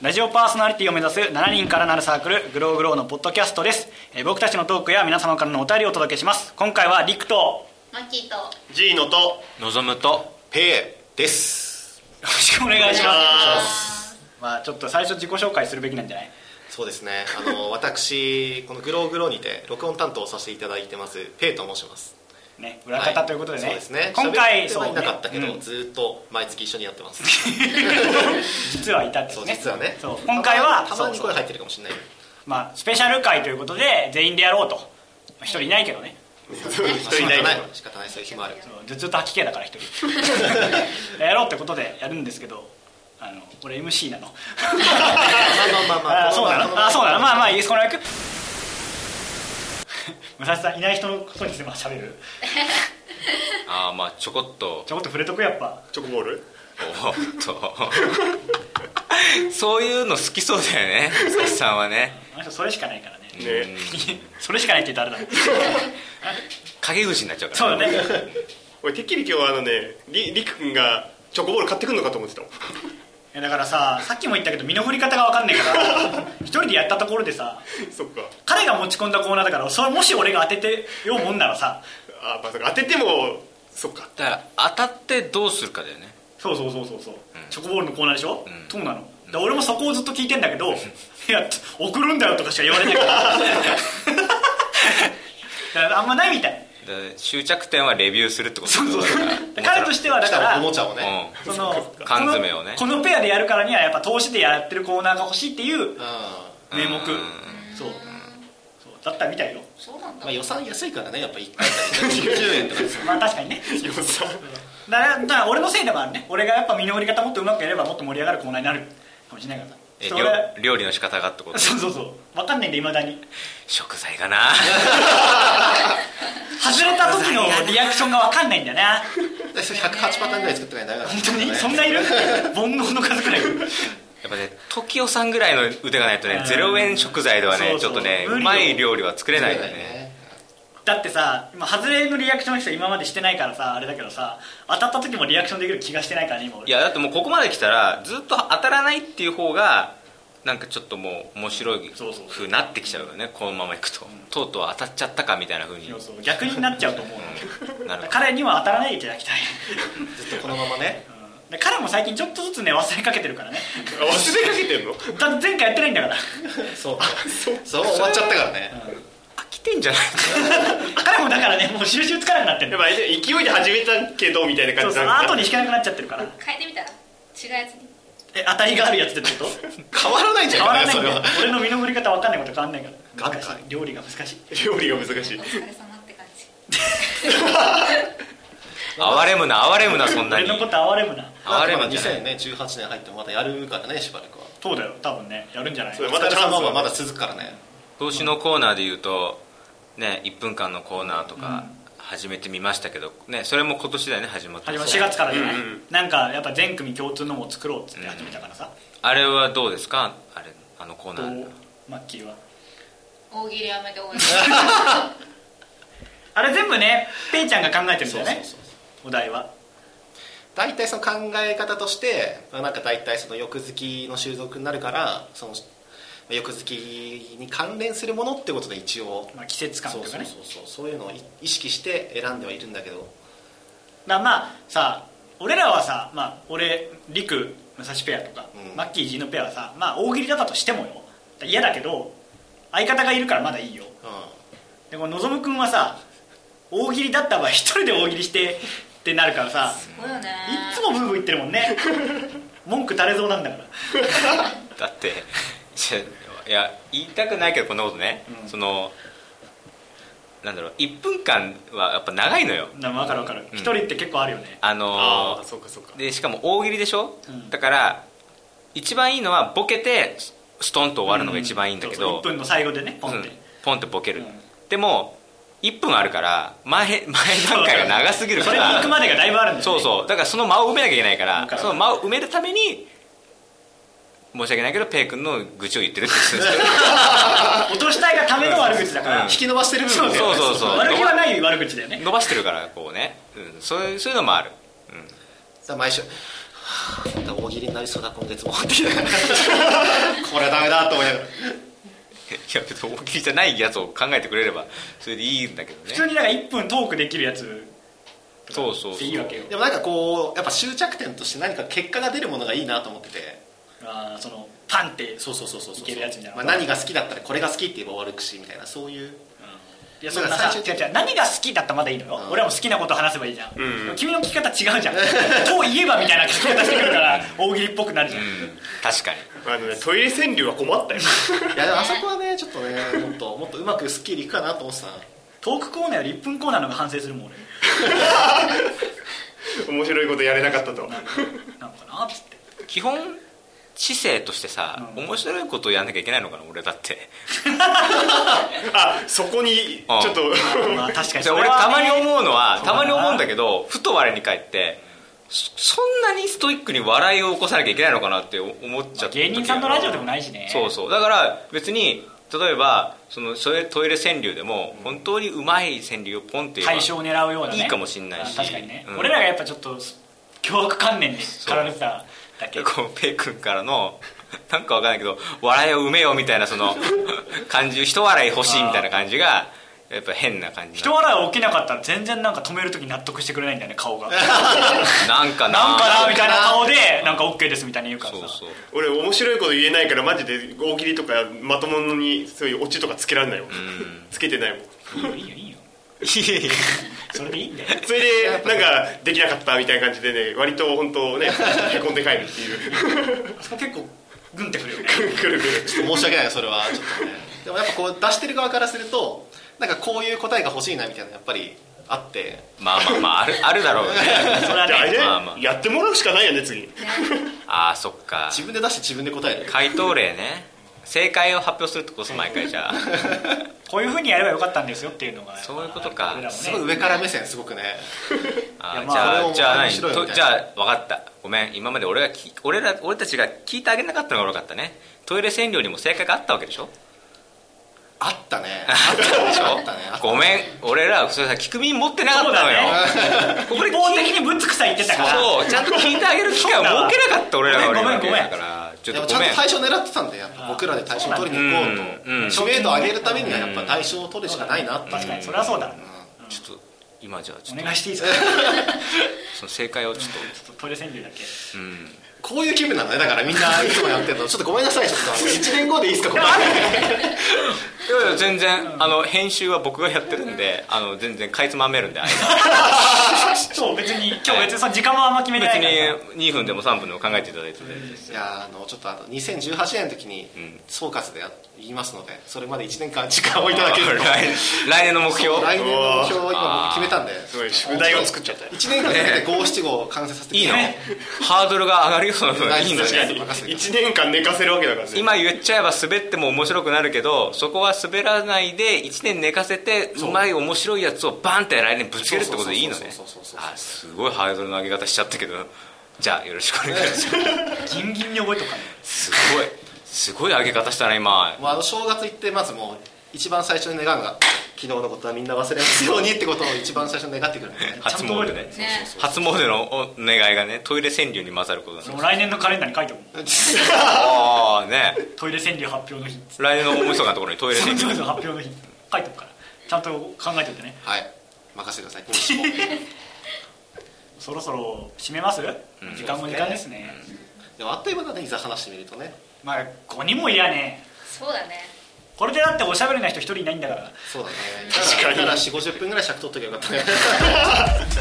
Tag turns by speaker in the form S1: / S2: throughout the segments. S1: ラジオパーソナリティを目指す7人からなるサークルグローグローのポッドキャストです、えー僕たちのトークや皆様からのお便りをお届けします今回はリクと
S2: マッキーと
S3: ジーノと
S4: 望むと
S3: ペイです
S1: よろしくお願いし
S3: お願
S1: ま
S3: い
S1: す
S3: し
S1: まあちょっと最初自己紹介するべきなんじゃない
S3: そうですねあの 私このグローグローにて録音担当をさせていただいてますペイと申します
S1: ね裏方ということでね,、
S3: はいそうですね
S1: 今回
S3: 喋ってはい
S1: ね
S3: なかったけど、
S1: うん
S3: ずーっと毎月一緒にやってます
S1: 実はいたって
S3: そう
S1: ね
S3: 実はね
S1: そう今回は
S3: たまに
S1: そうそ
S3: 声
S1: う
S3: 入ってるかもしれない
S1: まあスペシャル会ということで全員でやろうとまあ一人いないけどね
S3: 人いない仕方ないそういう日もある
S1: そうずずっと吐き気だから 一人やろうってことでやるんですけどあの俺 MC なの
S3: まあまあまあま
S1: あ
S3: あ
S1: ーそうな
S3: こ
S1: のあーそうなのまあまあいいですこの役 武蔵さんいない人のことについてまあ喋る
S4: ああまあちょこっと
S1: ちょこっと触れとくやっぱ
S3: チョコボール
S4: おっと そういうの好きそうだよね佐々木さんはね
S1: あの人それしかないからね
S4: うん
S1: それしかないって言ったらあれだ
S4: 陰口になっちゃうか
S1: そう
S4: ら
S1: だね
S5: 俺てっきり今日あのねりりくくんがチョコボール買ってくんのかと思ってたもん
S1: いやだからささっきも言ったけど身の振り方が分かんないから一人でやったところでさ
S5: そっか
S1: 彼が持ち込んだコーナーだからそれもし俺が当ててようもんならさ
S5: あまさか当ててもそっか
S4: だから当たってどうするかだよね
S1: そうそうそうそうそう、チョコボールのコーナーでしょ、
S4: ん
S1: そうなので俺もそこをずっと聞いてんだけど「いや送るんだよ」とかしか言われない からだからあんまないみたい
S4: だから終着点はレビューするってこと
S1: そうそうそう彼としてはだ
S3: 来
S1: か
S3: た
S1: ら
S3: おもちゃをね
S4: う
S1: その
S4: 缶詰をね
S1: このこのペアでやるからにはやっぱ投資でやってるコーナーが欲しいっていう
S3: うん
S1: 名目
S4: うん
S1: そうそうだったみたいよ
S2: そうなんだ
S3: まあ予算安いからねやっぱ1回90円と かです
S1: まあ確かにねだからだから俺のせいでもあるね俺がやっぱ身の振り方もっとうまくやればもっと盛り上がるコーナーになるかもしれないからさ
S4: え
S1: ちょっと俺
S4: 料料理の仕方がってこと
S1: そうそうそう分かんないんでいまだに
S4: 食材かな
S1: 外れた時のリアクションが分かんないんだよな
S3: でそれ108パターンぐらい作ってないとダメだね
S1: 本当にそんないる煩悩の数くらい
S4: やっぱね TOKIO さんぐらいの腕がないと
S1: う
S4: ね
S1: ん
S4: ゼロ円食材では
S1: そ
S4: ね
S1: う
S4: ち
S1: そ
S4: ょ
S1: う
S4: っと
S1: 無
S4: ね
S1: 理よ
S4: うまい料理は作れないよ
S3: 作れ
S4: ね
S1: だってさ今外れのリアクションの人今までしてないからさあれだけどさ当たった時もリアクションできる気がしてないからね今俺
S4: いやだってもうここまで来たらずっと当たらないっていう方がなんかちょっともう面白い
S1: そうそう
S4: ふうになってきちゃうよねこのままいくと、とうとう当たっちゃったかみたいなふうに
S1: そうそう逆になっちゃうと思うの
S4: なる
S1: 彼には当たらないでいただきたい
S3: ずっとこのままね
S1: うんで彼も最近ちょっとずつね忘れかけてるからね
S5: あ忘れかけてんの
S1: だって前回やってないんだから
S3: そう そう終わっちゃったからね
S4: 飽きてんじゃない
S1: 彼もだからねもう収集つかなくなって
S5: や
S1: る
S5: っぱ勢いで始めたけどみたいな
S1: そ
S5: 感
S1: う
S5: じ
S1: そう
S5: なんだ
S1: 後に引けなくなっちゃってるから
S2: 変えてみたら違うや つに
S1: え当たりがあるやつってこと
S3: 変わらないんじゃ
S1: 変わ
S3: な
S1: ら
S3: い
S1: ない
S3: かそ
S1: ん
S3: れ
S1: だよ
S3: は
S1: 俺の身の振り方分かんないこと変わんないから
S3: ガン
S1: 難し
S3: ガ
S1: い料理が難しい
S5: 料理が難しい
S2: お疲れ様って感じ
S4: 哀れむな哀れむなそんな
S1: 俺
S4: に
S1: のこと哀れむな
S4: 哀れむんじゃない
S3: 2018年入ってもまだやるからねしばらくは
S1: そうだよ多分ねやるんじゃない
S5: そう
S3: ま
S5: ま
S3: た
S5: た
S3: チ
S5: チ
S3: ャ
S5: ャ
S3: ン
S5: ン
S3: ス
S5: ス
S3: は
S5: は
S3: まだ続くからね
S4: 投資のコーナーで言うとね1分間のコーナーとか始めてみましたけどねそれも今年だよね始まった
S1: 始まる4月からじゃない、
S5: うんうん
S1: なんかやっぱ全組共通のも作ろうっつって始めたからさ、
S4: あれはどうですかあれあのコーナ
S1: どう
S4: ー
S1: マッキーは
S2: 大喜利やめて応援
S1: あれ全部ねペイちゃんが考えてるんだよ
S3: そうそう
S1: ね
S3: そう
S1: お題は
S3: 大体その考え方としてまあなんか大体その欲月の習俗になるからその欲月に関連するものってことで一応
S1: まあ、季節感と
S3: そう
S1: かね
S3: そうそうそうそういうのをい意識して選んではいるんだけど
S1: だからまあさ俺らはさ、まあ、俺陸武蔵ペアとか、
S3: うん
S1: マッキージーノペアはさ、まあ、大喜利だったとしてもよ嫌だけど相方がいるからまだいいよ
S3: う
S1: でこののぞむくんはさ大喜利だった場合一人で大喜利してってなるからさ
S2: すごいよね
S1: いっつもブーブー言ってるもん ね文句垂れそうなんだから
S4: だって いや言いたくないけどこんなことね、
S1: うん
S4: そのなんだろう1分間はやっぱ長いのよ
S1: な分かる分かる
S4: うん
S1: 一、人って結構あるよね
S4: あの
S5: ああ
S4: ー
S5: そうかそうか
S4: でしかも大喜利でしょ、
S1: うん
S4: だから一番いいのはボケてスストンと終わるのが一番いいんだけど、
S1: 1分の最後でねポンって、
S4: うんポンってボケる、
S1: うん
S4: でも1分あるから前前段階が長すぎる
S1: そ
S4: か
S1: れに行
S4: ら
S1: くまでがだいぶあるんだよ、ね、
S4: そうそうだからその間を埋めなきゃいけないか
S1: わからる
S4: その間を埋めるために申し訳ないけどペイ君の愚痴を言ってるって 言ってるんですよ
S1: 落としたいがための悪口だから、
S4: うん
S3: ん引き伸ばしてる部分
S4: そう
S3: で
S4: そうそう そう
S1: 悪気はない悪口だよね
S4: 伸ばしてるからこうね、うん、そういうそういうのもある、うん、
S3: だから毎週なんか大喜利になりそうだ今月 もってこれはダメだと思いながら
S4: いや別に大喜利じゃないやつを考えてくれればそれでいいんだけど
S1: 普通
S4: ね
S1: になんか1分トークできるやつ
S4: そうそう
S1: っ
S4: そ
S1: て
S4: う
S1: いいわけよ
S3: でもなんかこうやっぱ終着点として何か結果が出るものがいいなと思ってて
S1: あーそのパンって
S3: そうそうそうそうそう
S1: いけるやつみたいな
S3: まあ、何が好きだったらこれが好きって言えば終わるしみたいなそういう
S1: いやそんなさ
S3: 最終
S1: 違う違う何が好きだったらまだいいのよ、
S3: うん
S1: 俺らも好きなこと話せばいいじゃん、
S5: うんうん
S1: 君の聞き方違 うじゃんと言えばみたいな聞き方してくるから大喜利っぽくなるじゃん、
S4: うん確かに
S5: あのねトイレ川柳は困ったよ
S3: いやでもあそこはねちょっとねもっともっとうまくスッキリいくかなと思ってた
S1: トークコーナーより1分コーナーの方が反省するもん俺
S5: 面白いことやれなかった
S1: な
S5: と
S1: のかなっつって
S4: 基本姿勢としてさ、
S1: うん
S4: 面白いことをやんなきゃいけないのかな俺だって
S5: あそこにちょっと
S1: まあ確かに
S4: じゃあ俺たまに思うのは
S1: そうだ
S4: た
S1: な
S4: まに思うんだけどふと我に返ってそそんなにストイックに笑いを起こさなきゃいけないのかなって思っちゃった時
S1: 芸
S4: が
S1: 人さんのラジオでもないしね
S4: そうそうだから別に例えばそのそれトイレ川柳でも本当にうまい川柳をポンって言えば
S1: 対象を狙うような、ね、
S4: いいかもしんないし
S1: あ確かにね、
S4: うん
S1: 俺らがやっぱちょっと凶悪観念にかられてただけ
S4: こうペイ君からのなんかわかんないけど笑いを埋めようみたいなその感じ人笑い欲しいみたいな感じがやっぱ変な感じ
S1: 人笑い起きなかったら全然なんか止めるとき納得してくれないんだよね 顔がなん
S4: なんかな
S1: かなみたいな顔でなんか OK ですみたいに言うからさ
S4: そうそう
S5: 俺面白いこと言えないからマジで大喜利とかまともにそういうオチとかつけらんないもん
S4: ん
S5: つけてないもん
S1: いいよいいよいいよ
S4: いやいや
S1: それでいいんだよ
S5: それでなんかできなかったみたいな感じでね割と本当ねへこんで帰るっていう
S1: あそこ結構グンってくるよね
S5: くるくる
S3: ちょっと申し訳ないそれはちょっとねでもやっぱこう出してる側からするとなんかこういう答えが欲しいなみたいなのやっぱりあって
S4: まあまあまああるあるだろうね
S1: それは
S5: じゃああれ
S1: ね
S5: ね
S4: まあまあ
S5: やってもらうしかないよね次
S4: ああそっか
S3: 自分で出して自分で答える
S4: 回答例ね正解を発表するってこそ毎回じゃあ
S1: こういうふうにやればよかったんですよっていうのが
S4: そういうことか
S1: 俺らも
S3: すごい
S1: ね
S3: 上から目線すごくね
S4: あ
S1: いや
S4: ー
S1: まあ
S4: じゃ
S3: 俺
S4: あ
S3: も
S4: じゃあ
S3: 面
S4: 何
S3: 白いみたい
S4: と
S3: な
S4: じゃあ分かったごめん今まで俺がき俺ら俺たちが聞いてあげなかったのが悪かったねトイレ占領にも正解があったわけでしょ
S3: あったね
S4: あったでしょ
S3: あったねあった
S4: ごめん俺らそれさ聞く耳持ってなかったのよ ここで
S1: 一方的にぶつくさ言ってたから
S4: そうちゃんと聞いてあげる機会を設けなかった俺らが悪いわけだからちょっ
S3: で
S4: と
S3: もちゃ
S4: ご
S3: ん
S4: めん
S3: と対象狙ってたんでやっぱ僕らで対象取りに行こうと
S4: うんうん
S3: 知名度上げるためにはやっぱ対象を取るしかないなっていう
S1: 確かにそれはそうだ
S4: ちょっと今じゃあちょ
S1: お
S4: っと
S1: 願いしていいですか
S4: その正解をちょっ
S1: ちょっとトイレ川柳だけ
S4: とうん
S3: こういう気分なのねだからみんないつもやってるのちょっとごめんなさいちょっと1年後でいいですかこれ
S4: いやいや全然、あの編集は僕がやってるんで、あの全然かいつまめるんで間
S1: そう別に今日別にその時間もあんま決めて
S4: 別
S1: ないからさ
S4: に2分でも3分でも考えていただいて大丈夫です
S3: いやーあのちょっとあの2018年の時に
S4: ん
S3: 総括でや言いますのでそれまで1年間時間をいただけると
S4: 来 来年の目標
S3: 来年の目標を今僕決めたんです
S5: ごい宿題を作っちゃったよ
S3: 1年間かけて五七五を完成させて
S4: いいの
S3: ね
S4: ハードルが上がるよその分
S3: 来
S4: いい
S3: 年
S4: の
S3: 確か
S4: ね
S3: に任せてください
S5: 1年間寝かせるわけだからね
S4: 今言っちゃえば滑っても面白くなるけどそこは滑らないで1年寝かせてうまい面白いやつをバンって来年ぶつけるってことでいいのね
S3: そうそうそうそうそうそう
S4: あすごいハードルの上げ方しちゃったけどじゃあよろしくお願いします
S1: ギンギンに覚えとかね
S4: すごいすごい上げ方したな今
S3: もうあの正月行ってまずもう一番最初に願うのが昨日のことはみんな忘れますようにってことを一番最初に願ってくるんでね
S4: 初詣ね
S2: ね
S4: 初詣のお願いがねトイレ川柳に混ざることな
S1: そ
S4: の
S1: の来年のカレンダーに書いておくもん
S4: ああね
S1: トイレ川柳発表の日
S4: 来年の大晦日のところにトイレ
S1: そ
S4: 川
S1: う
S4: 柳
S1: そうそう発表の日書いておくからちゃんと考えておいてね
S3: はい任せてください五 七五
S1: そろそろ締めます、
S4: ん
S1: 時間も時間ですね、
S3: でもあっという間だねいざ話してみるとね
S1: まあ5人もいりゃね
S2: そうだね
S1: これでだっておしゃべりな人1人いないんだから
S3: そうだね
S5: 確かに
S3: だから4 5 0分ぐらい尺取っときゃよかったね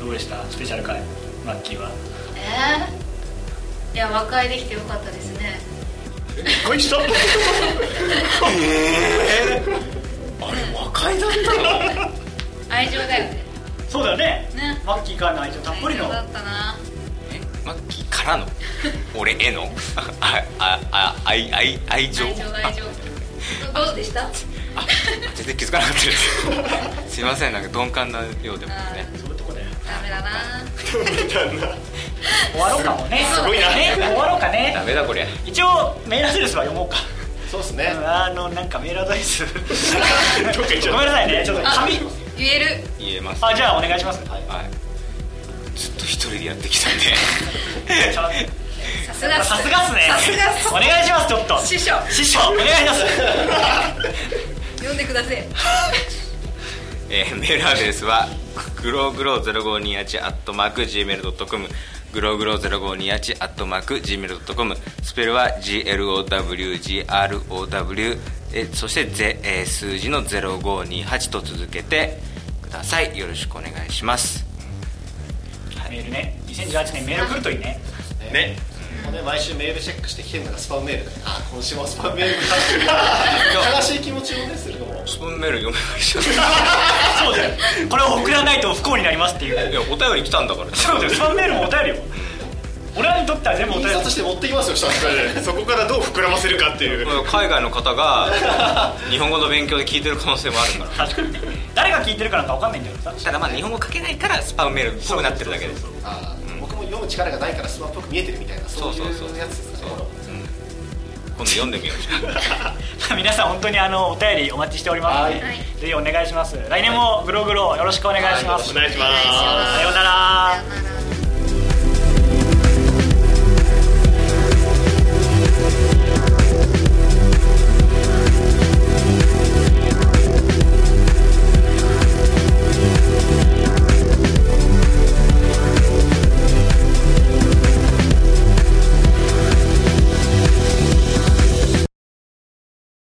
S1: どうでしたスペシャル回マッキーは
S2: えー、いや和解できてよかったですね
S5: こい つと
S4: 若いだったの
S2: 愛情だよね
S1: そうだよね
S2: ね
S1: マッキーからの愛情たっぷりの
S2: 愛情だったな
S4: えマッキーからの俺へのあああ愛愛愛情
S2: 愛情愛情どどうでした
S4: 全然気づかなかったですすいませんなんか鈍感なようでもですね
S5: そういうとこだよ
S2: ダメだな
S1: 終わろうかもね
S2: すごいな
S1: ね終わろうかね
S4: ダメだこりゃ
S1: 一応メールアドレスは読もうか
S3: そうですね
S1: あのなんかメールアドレス
S5: どっか行っちゃ
S1: ご
S5: っ
S1: めんな
S5: た
S1: さいねちょっと
S2: あ
S1: 紙
S2: 言える
S4: 言えます
S1: あじゃあお願いします
S4: はいずっと一人でやってきたんで
S1: ちょ
S2: さすがっす
S1: さすがっすね
S2: さすがっ
S1: お願いしますちょっと
S2: す師匠
S1: 師匠お願いします
S2: 呼んでください
S4: えーメールアドレスはグログロ0528アットマーク Gmail.com グログロ0528アットマーク Gmail.com スペルは GLOWGROW えーそしてぜ、えー数字の0528と続けてくださいよろしくお願いします
S1: メールね2018年メール来るといいね
S5: ね
S3: もう ね毎週メールチェックしてきてるのがスパムメールだねあ今週もスパムメールだ悲しい気持ちをねするのも
S4: スポンメール読めまし
S1: そうだよこれを送らないと不幸になりますっていう
S4: いやお便り来たんだから
S1: そうだよスパムメールもお便りよ俺らにとっては全部お
S3: 印
S1: 便り
S3: 刷して持ってきますよ下からね
S5: そこからどう膨らませるかっていう
S4: 海外の方が日本語の勉強で聞いてる可能性もあるから
S1: 確かに誰が聞いてるかなんかわかんないんだけどさ
S4: ただまあ日本語書けないからスパムメールっぽくなってるだけです
S3: あー僕も読む力がないからスマっぽく見えてるみたいなそういう
S4: そうそうそう
S3: やつですね
S4: 今度読んでみようじゃん
S1: 皆さん本当にあのお便りお待ちしておりますので、
S2: はい
S1: ぜひお願いします来年もグログロよろしくお願いします、
S5: お願いします
S1: さようなら
S2: さよなら